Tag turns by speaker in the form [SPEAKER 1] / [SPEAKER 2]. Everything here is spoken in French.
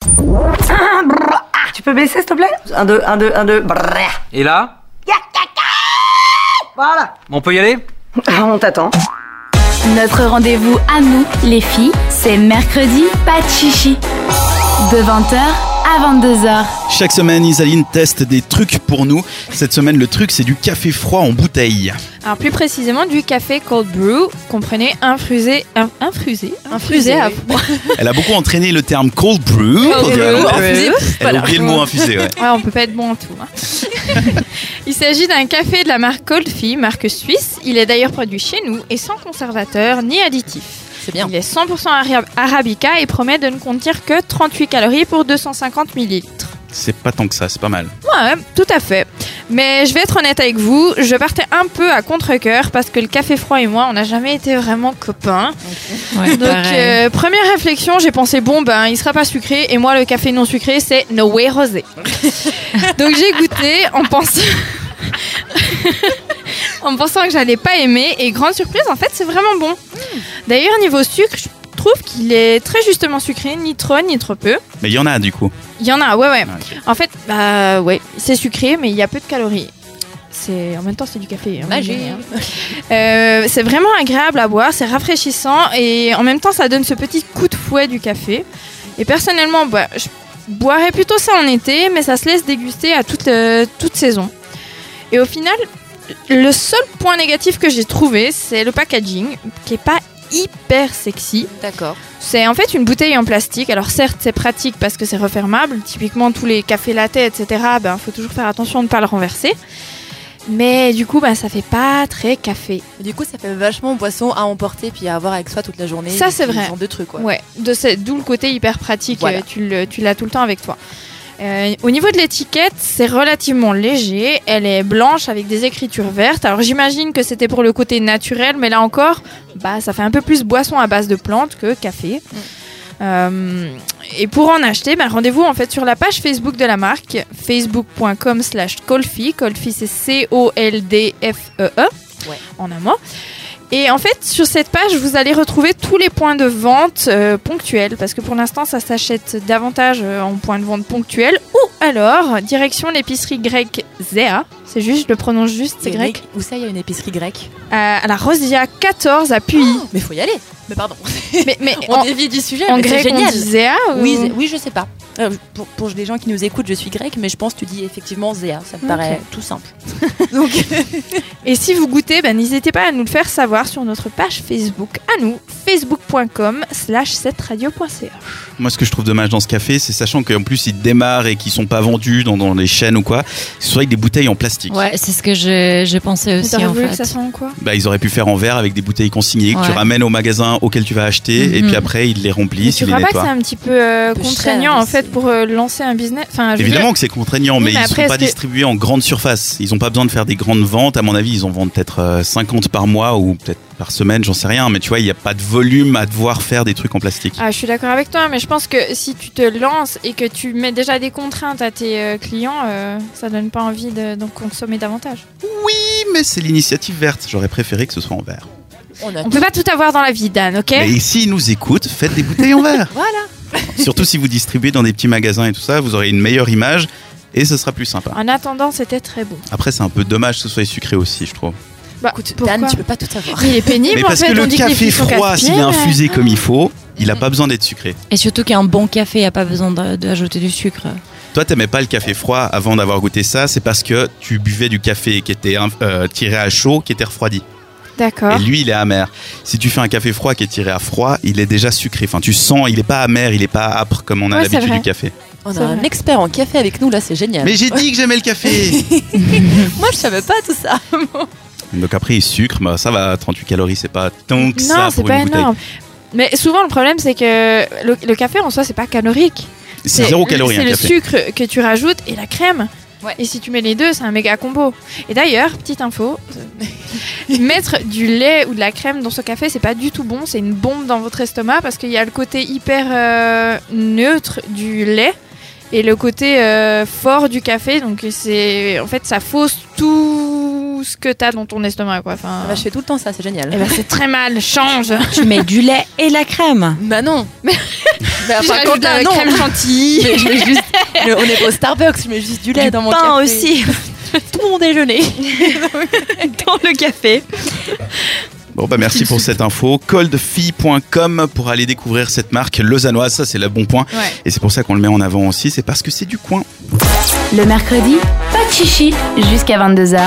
[SPEAKER 1] Ah, tu peux baisser s'il te plaît 1, 2, 1, 2, 1, 2.
[SPEAKER 2] Et là
[SPEAKER 1] Voilà.
[SPEAKER 2] On peut y aller
[SPEAKER 1] Ah, On t'attend.
[SPEAKER 3] Notre rendez-vous à nous, les filles, c'est mercredi, pas de chichi. De 20h à 22h.
[SPEAKER 4] Chaque semaine, Isaline teste des trucs pour nous. Cette semaine, le truc, c'est du café froid en bouteille.
[SPEAKER 5] Alors plus précisément du café cold brew, comprenez infusé, un- infusé, infusé à froid.
[SPEAKER 4] Elle a beaucoup entraîné le terme cold brew.
[SPEAKER 5] Cold
[SPEAKER 4] Elle a-
[SPEAKER 5] brew,
[SPEAKER 4] Elle
[SPEAKER 5] infusé.
[SPEAKER 4] a
[SPEAKER 5] Voilà.
[SPEAKER 4] oublié le mot infusé, Oh, ouais.
[SPEAKER 5] Ouais, on peut pas être bon en tout. hein. Il s'agit d'un café de la marque Coldfi, marque suisse. Il est d'ailleurs produit chez nous et sans conservateur ni additif.
[SPEAKER 6] C'est bien.
[SPEAKER 5] Il est 100% ara- arabica et promet de ne contenir que 38 calories pour 250 millilitres.
[SPEAKER 4] C'est pas tant que ça, c'est pas mal.
[SPEAKER 5] Ouais, hein, tout à fait. Mais je vais être honnête avec vous, je partais un peu à contre-coeur parce que le café froid et moi, on n'a jamais été vraiment copains. Donc, euh, première réflexion, j'ai pensé, bon, ben, il sera pas sucré. Et moi, le café non sucré, c'est no way rosé. Donc, j'ai goûté en pensant. en pensant que j'allais pas aimer. Et grande surprise, en fait, c'est vraiment bon. D'ailleurs, niveau sucre, je trouve qu'il est très justement sucré, ni trop, ni trop peu.
[SPEAKER 4] Mais il y en a, du coup.
[SPEAKER 5] Il y en a, ouais, ouais.
[SPEAKER 4] Ah, ok.
[SPEAKER 5] En fait, bah ouais, c'est sucré, mais il y a peu de calories. C'est en même temps c'est du café. hein.
[SPEAKER 6] Magique.
[SPEAKER 5] Euh, c'est vraiment agréable à boire, c'est rafraîchissant et en même temps ça donne ce petit coup de fouet du café. Et personnellement, bah, je boirais plutôt ça en été, mais ça se laisse déguster à toute euh, toute saison. Et au final, le seul point négatif que j'ai trouvé, c'est le packaging qui est pas hyper sexy.
[SPEAKER 6] D'accord.
[SPEAKER 5] C'est en fait une bouteille en plastique. Alors certes, c'est pratique parce que c'est refermable. Typiquement, tous les cafés latte, etc., ben faut toujours faire attention de ne pas le renverser. Mais du coup, ben, ça fait pas très café.
[SPEAKER 6] Du coup, ça fait vachement boisson à emporter puis à avoir avec soi toute la journée.
[SPEAKER 5] Ça, c'est
[SPEAKER 6] Ce
[SPEAKER 5] vrai.
[SPEAKER 6] genre de trucs, quoi.
[SPEAKER 5] Ouais, de ce- d'où le côté hyper pratique.
[SPEAKER 6] Voilà.
[SPEAKER 5] euh, tu le- tu l'as tout le temps avec toi. Euh, au niveau de l'étiquette, c'est relativement léger. Elle est blanche avec des écritures vertes. Alors j'imagine que c'était pour le côté naturel, mais là encore, bah ça fait un peu plus boisson à base de plantes que café. Euh, et pour en acheter, ben, rendez-vous en fait sur la page Facebook de la marque, facebook.com slash colfi. Colfi c'est C-O-L-D-F-E-E
[SPEAKER 6] Ouais.
[SPEAKER 5] E en un mot. Et en fait, sur cette page, vous allez retrouver tous les points de vente euh, ponctuels, parce que pour l'instant, ça s'achète davantage euh, en points de vente ponctuels, ou alors direction l'épicerie grecque Zéa. C'est juste, je le prononce juste, c'est
[SPEAKER 6] Il y a
[SPEAKER 5] grec.
[SPEAKER 6] une- Où ça, il y a une épicerie grecque
[SPEAKER 5] Euh, à la Rosia 14 à Puy.
[SPEAKER 6] Mais faut y aller. Mais pardon.
[SPEAKER 5] mais mais
[SPEAKER 6] Oh On
[SPEAKER 5] en,
[SPEAKER 6] dévie du sujet.
[SPEAKER 5] en
[SPEAKER 6] mais c'est
[SPEAKER 5] grec, on
[SPEAKER 6] génial.
[SPEAKER 5] dit Zéa ou-
[SPEAKER 6] Oui, zé- oui, je sais pas. Euh, pour, pour les gens qui nous écoutent, je suis grecque, mais je pense que tu dis effectivement Zéa. Ça me
[SPEAKER 5] Ok.
[SPEAKER 6] paraît tout simple. Donc,
[SPEAKER 5] Et si vous goûtez, ben, n'hésitez pas à nous le faire savoir sur notre page Facebook, à nous, facebook.com slash 7radio.ch.
[SPEAKER 4] Moi, ce que je trouve dommage dans ce café, c'est sachant qu'en plus, ils démarrent et qu'ils sont pas vendus dans, dans les chaînes ou quoi, ce soit avec des bouteilles en plastique.
[SPEAKER 7] Ouais, c'est ce que je, je pensais aussi
[SPEAKER 5] T'aurais
[SPEAKER 7] en
[SPEAKER 5] voulu que
[SPEAKER 7] fait.
[SPEAKER 5] ça sent quoi
[SPEAKER 4] Bah, ils auraient pu faire en verre avec des bouteilles consignées que tu
[SPEAKER 7] Ouais.
[SPEAKER 4] ramènes au magasin auquel tu vas acheter et
[SPEAKER 7] Mhm.
[SPEAKER 4] puis après, ils les remplissent,
[SPEAKER 5] Mm-hmm. Tu
[SPEAKER 4] ils les
[SPEAKER 5] crois pas que c'est
[SPEAKER 4] nettoient.
[SPEAKER 5] un petit peu euh,
[SPEAKER 6] peu
[SPEAKER 5] contraignant
[SPEAKER 6] cher
[SPEAKER 5] en fait
[SPEAKER 6] aussi.
[SPEAKER 5] pour euh, lancer un business Enfin, je veux
[SPEAKER 4] Évidemment que c'est contraignant,
[SPEAKER 5] Oui,
[SPEAKER 4] mais,
[SPEAKER 5] mais
[SPEAKER 4] ils
[SPEAKER 5] après,
[SPEAKER 4] sont pas
[SPEAKER 5] est-ce que-
[SPEAKER 4] distribués en grande surface. Ils ont pas besoin de faire des grandes ventes. À mon avis, ils en vendent peut-être euh, 50 par mois ou peut-être par semaine, j'en sais rien. Mais tu vois, il n'y a pas de volume à devoir faire des trucs en plastique.
[SPEAKER 5] Ah, je suis d'accord avec toi, mais je pense que si tu te lances et que tu mets déjà des contraintes à tes euh, clients, euh, ça donne pas envie de- d'en consommer davantage.
[SPEAKER 4] Oui, mais c'est l'initiative verte. J'aurais préféré que ce soit en verre.
[SPEAKER 6] on a
[SPEAKER 5] On peut pas tout avoir dans la vie, Dan, ok
[SPEAKER 4] Mais s'ils nous écoutent, faites des bouteilles en verre.
[SPEAKER 6] Voilà.
[SPEAKER 4] Surtout si vous distribuez dans des petits magasins et tout ça, vous aurez une meilleure image et ce sera plus sympa.
[SPEAKER 5] En attendant, c'était très beau.
[SPEAKER 4] Après, c'est un peu dommage que ce soit sucré aussi, je trouve.
[SPEAKER 5] Bah,
[SPEAKER 6] Écoute,
[SPEAKER 5] pourquoi
[SPEAKER 6] Dan, tu peux pas tout avoir.
[SPEAKER 5] Mais Il est pénible
[SPEAKER 4] Mais
[SPEAKER 5] en
[SPEAKER 4] parce
[SPEAKER 5] fait,
[SPEAKER 4] que
[SPEAKER 5] on
[SPEAKER 4] le
[SPEAKER 5] dit les
[SPEAKER 4] café
[SPEAKER 5] filles sont euh, ah.
[SPEAKER 4] froid, s'il est
[SPEAKER 5] casse-pieds,
[SPEAKER 4] infusé comme il faut, il n'a pas besoin d'être sucré.
[SPEAKER 7] Et surtout qu'un bon café, il a pas besoin de- d'ajouter du sucre.
[SPEAKER 4] Toi, t'aimais pas le café froid avant d'avoir goûté ça, c'est parce que tu buvais du café qui était euh, tiré à chaud, qui était refroidi.
[SPEAKER 5] mais- D'accord.
[SPEAKER 4] Et lui, il est amer. Si tu fais un café froid qui est tiré à froid, il est déjà sucré. Enfin, tu sens, il est pas amer, il est pas âpre comme on a
[SPEAKER 5] Ouais, c'est
[SPEAKER 4] l'habitude
[SPEAKER 5] vrai. Euh.
[SPEAKER 4] du café.
[SPEAKER 6] On
[SPEAKER 5] C'est
[SPEAKER 6] a un
[SPEAKER 5] vrai.
[SPEAKER 6] expert en café avec nous là, c'est génial.
[SPEAKER 4] Mais j'ai dit que j'aimais le café
[SPEAKER 6] Moi, je savais pas tout ça.
[SPEAKER 4] Donc après, il sucre, bah, ça va, 38 calories, c'est pas tant que ça
[SPEAKER 5] Non, c'est
[SPEAKER 4] pour
[SPEAKER 5] pas
[SPEAKER 4] une bouteille.
[SPEAKER 5] énorme. Mais souvent, le problème, c'est que le, le café en soi, c'est pas calorique.
[SPEAKER 4] C'est zéro calorie
[SPEAKER 5] C'est
[SPEAKER 4] un
[SPEAKER 5] le
[SPEAKER 4] café.
[SPEAKER 5] sucre que tu rajoutes et la crème.
[SPEAKER 6] Ouais.
[SPEAKER 5] Et si tu mets les deux, c'est un méga combo. Et d'ailleurs, petite info, euh, mettre du lait ou de la crème dans ce café, c'est pas du tout bon. C'est une bombe dans votre estomac parce qu'il y a le côté hyper euh, neutre du lait et le côté euh, fort du café. Donc c'est, en fait, ça fausse tout ce que t'as dans ton estomac, quoi. Enfin,
[SPEAKER 6] Ah bah, je fais tout le temps ça, c'est
[SPEAKER 5] eh
[SPEAKER 6] génial.
[SPEAKER 5] ben, c'est très mal. Change.
[SPEAKER 7] tu mets du lait et la crème.
[SPEAKER 6] Bah non. Mais
[SPEAKER 5] Puis je
[SPEAKER 6] enfin,
[SPEAKER 5] rajoute de
[SPEAKER 6] Quentin,
[SPEAKER 5] la
[SPEAKER 6] non.
[SPEAKER 5] crème chantilly.
[SPEAKER 6] Mais je mets juste, mais on est au Starbucks, je mets juste du lait dans mon
[SPEAKER 1] pain
[SPEAKER 6] café.
[SPEAKER 1] aussi
[SPEAKER 6] Tout mon déjeuner.
[SPEAKER 1] dans le café.
[SPEAKER 4] Bon bah merci pour cette info. Coldfi.com pour aller découvrir cette marque lausannoise, ça c'est le bon point.
[SPEAKER 5] Ouais.
[SPEAKER 4] Et c'est pour ça qu'on le met en avant aussi, c'est parce que c'est du coin.
[SPEAKER 3] Le mercredi, pas de chichi jusqu'à 22h.